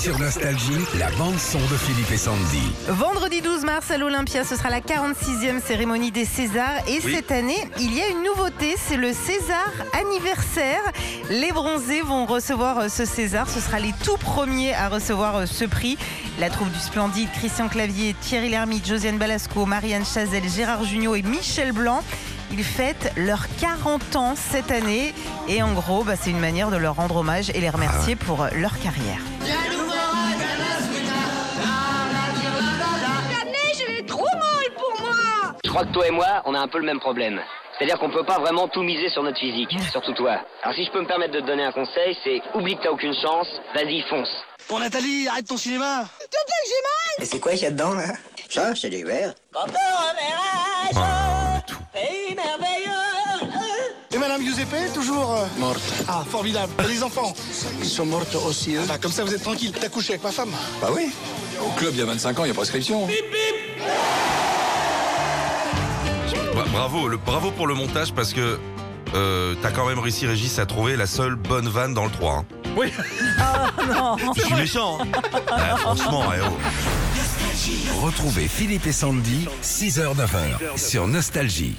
Sur Nostalgie, la bande-son de Philippe et Sandy. Vendredi 12 mars à l'Olympia, ce sera la 46e cérémonie des Césars. Et Oui. cette année, il y a une nouveauté, c'est le César anniversaire. Les bronzés vont recevoir euh, ce César. Ce sera les tout premiers à recevoir euh, ce prix. La troupe du Splendide, Christian Clavier, Thierry Lhermitte, Josiane Balasco, Marianne Chazelle, Gérard Jugnot et Michel Blanc. Ils fêtent leurs 40 ans cette année. Et en gros, bah, c'est une manière de leur rendre hommage et les remercier pour euh, leur carrière. neige, elle est trop molle pour moi Je crois que toi et moi, on a un peu le même problème. C'est-à-dire qu'on peut pas vraiment tout miser sur notre physique, surtout toi. Alors si je peux me permettre de te donner un conseil, c'est oublie que t'as aucune chance, vas-y, fonce. Bon Nathalie, arrête ton cinéma Et c'est quoi qu'il y a dedans, là Ça, c'est des verres. Et Madame Giuseppe, toujours euh, Morte. Ah, formidable Et Les enfants Ils sont mortes aussi, hein. eux. Enfin, Comme ça, vous êtes tranquille. T'as couché avec ma femme Bah oui. Au club, il y a 25 ans, il y a prescription. Bra- Bah, bravo, le, bravo pour le montage parce que euh, t'as quand même réussi, Régis, à trouver la seule bonne vanne dans le 3. hein. Je suis méchant. hein. Ouais, franchement, eh oh. Retrouvez Philippe et Sandy, 6h-9h, sur Nostalgie.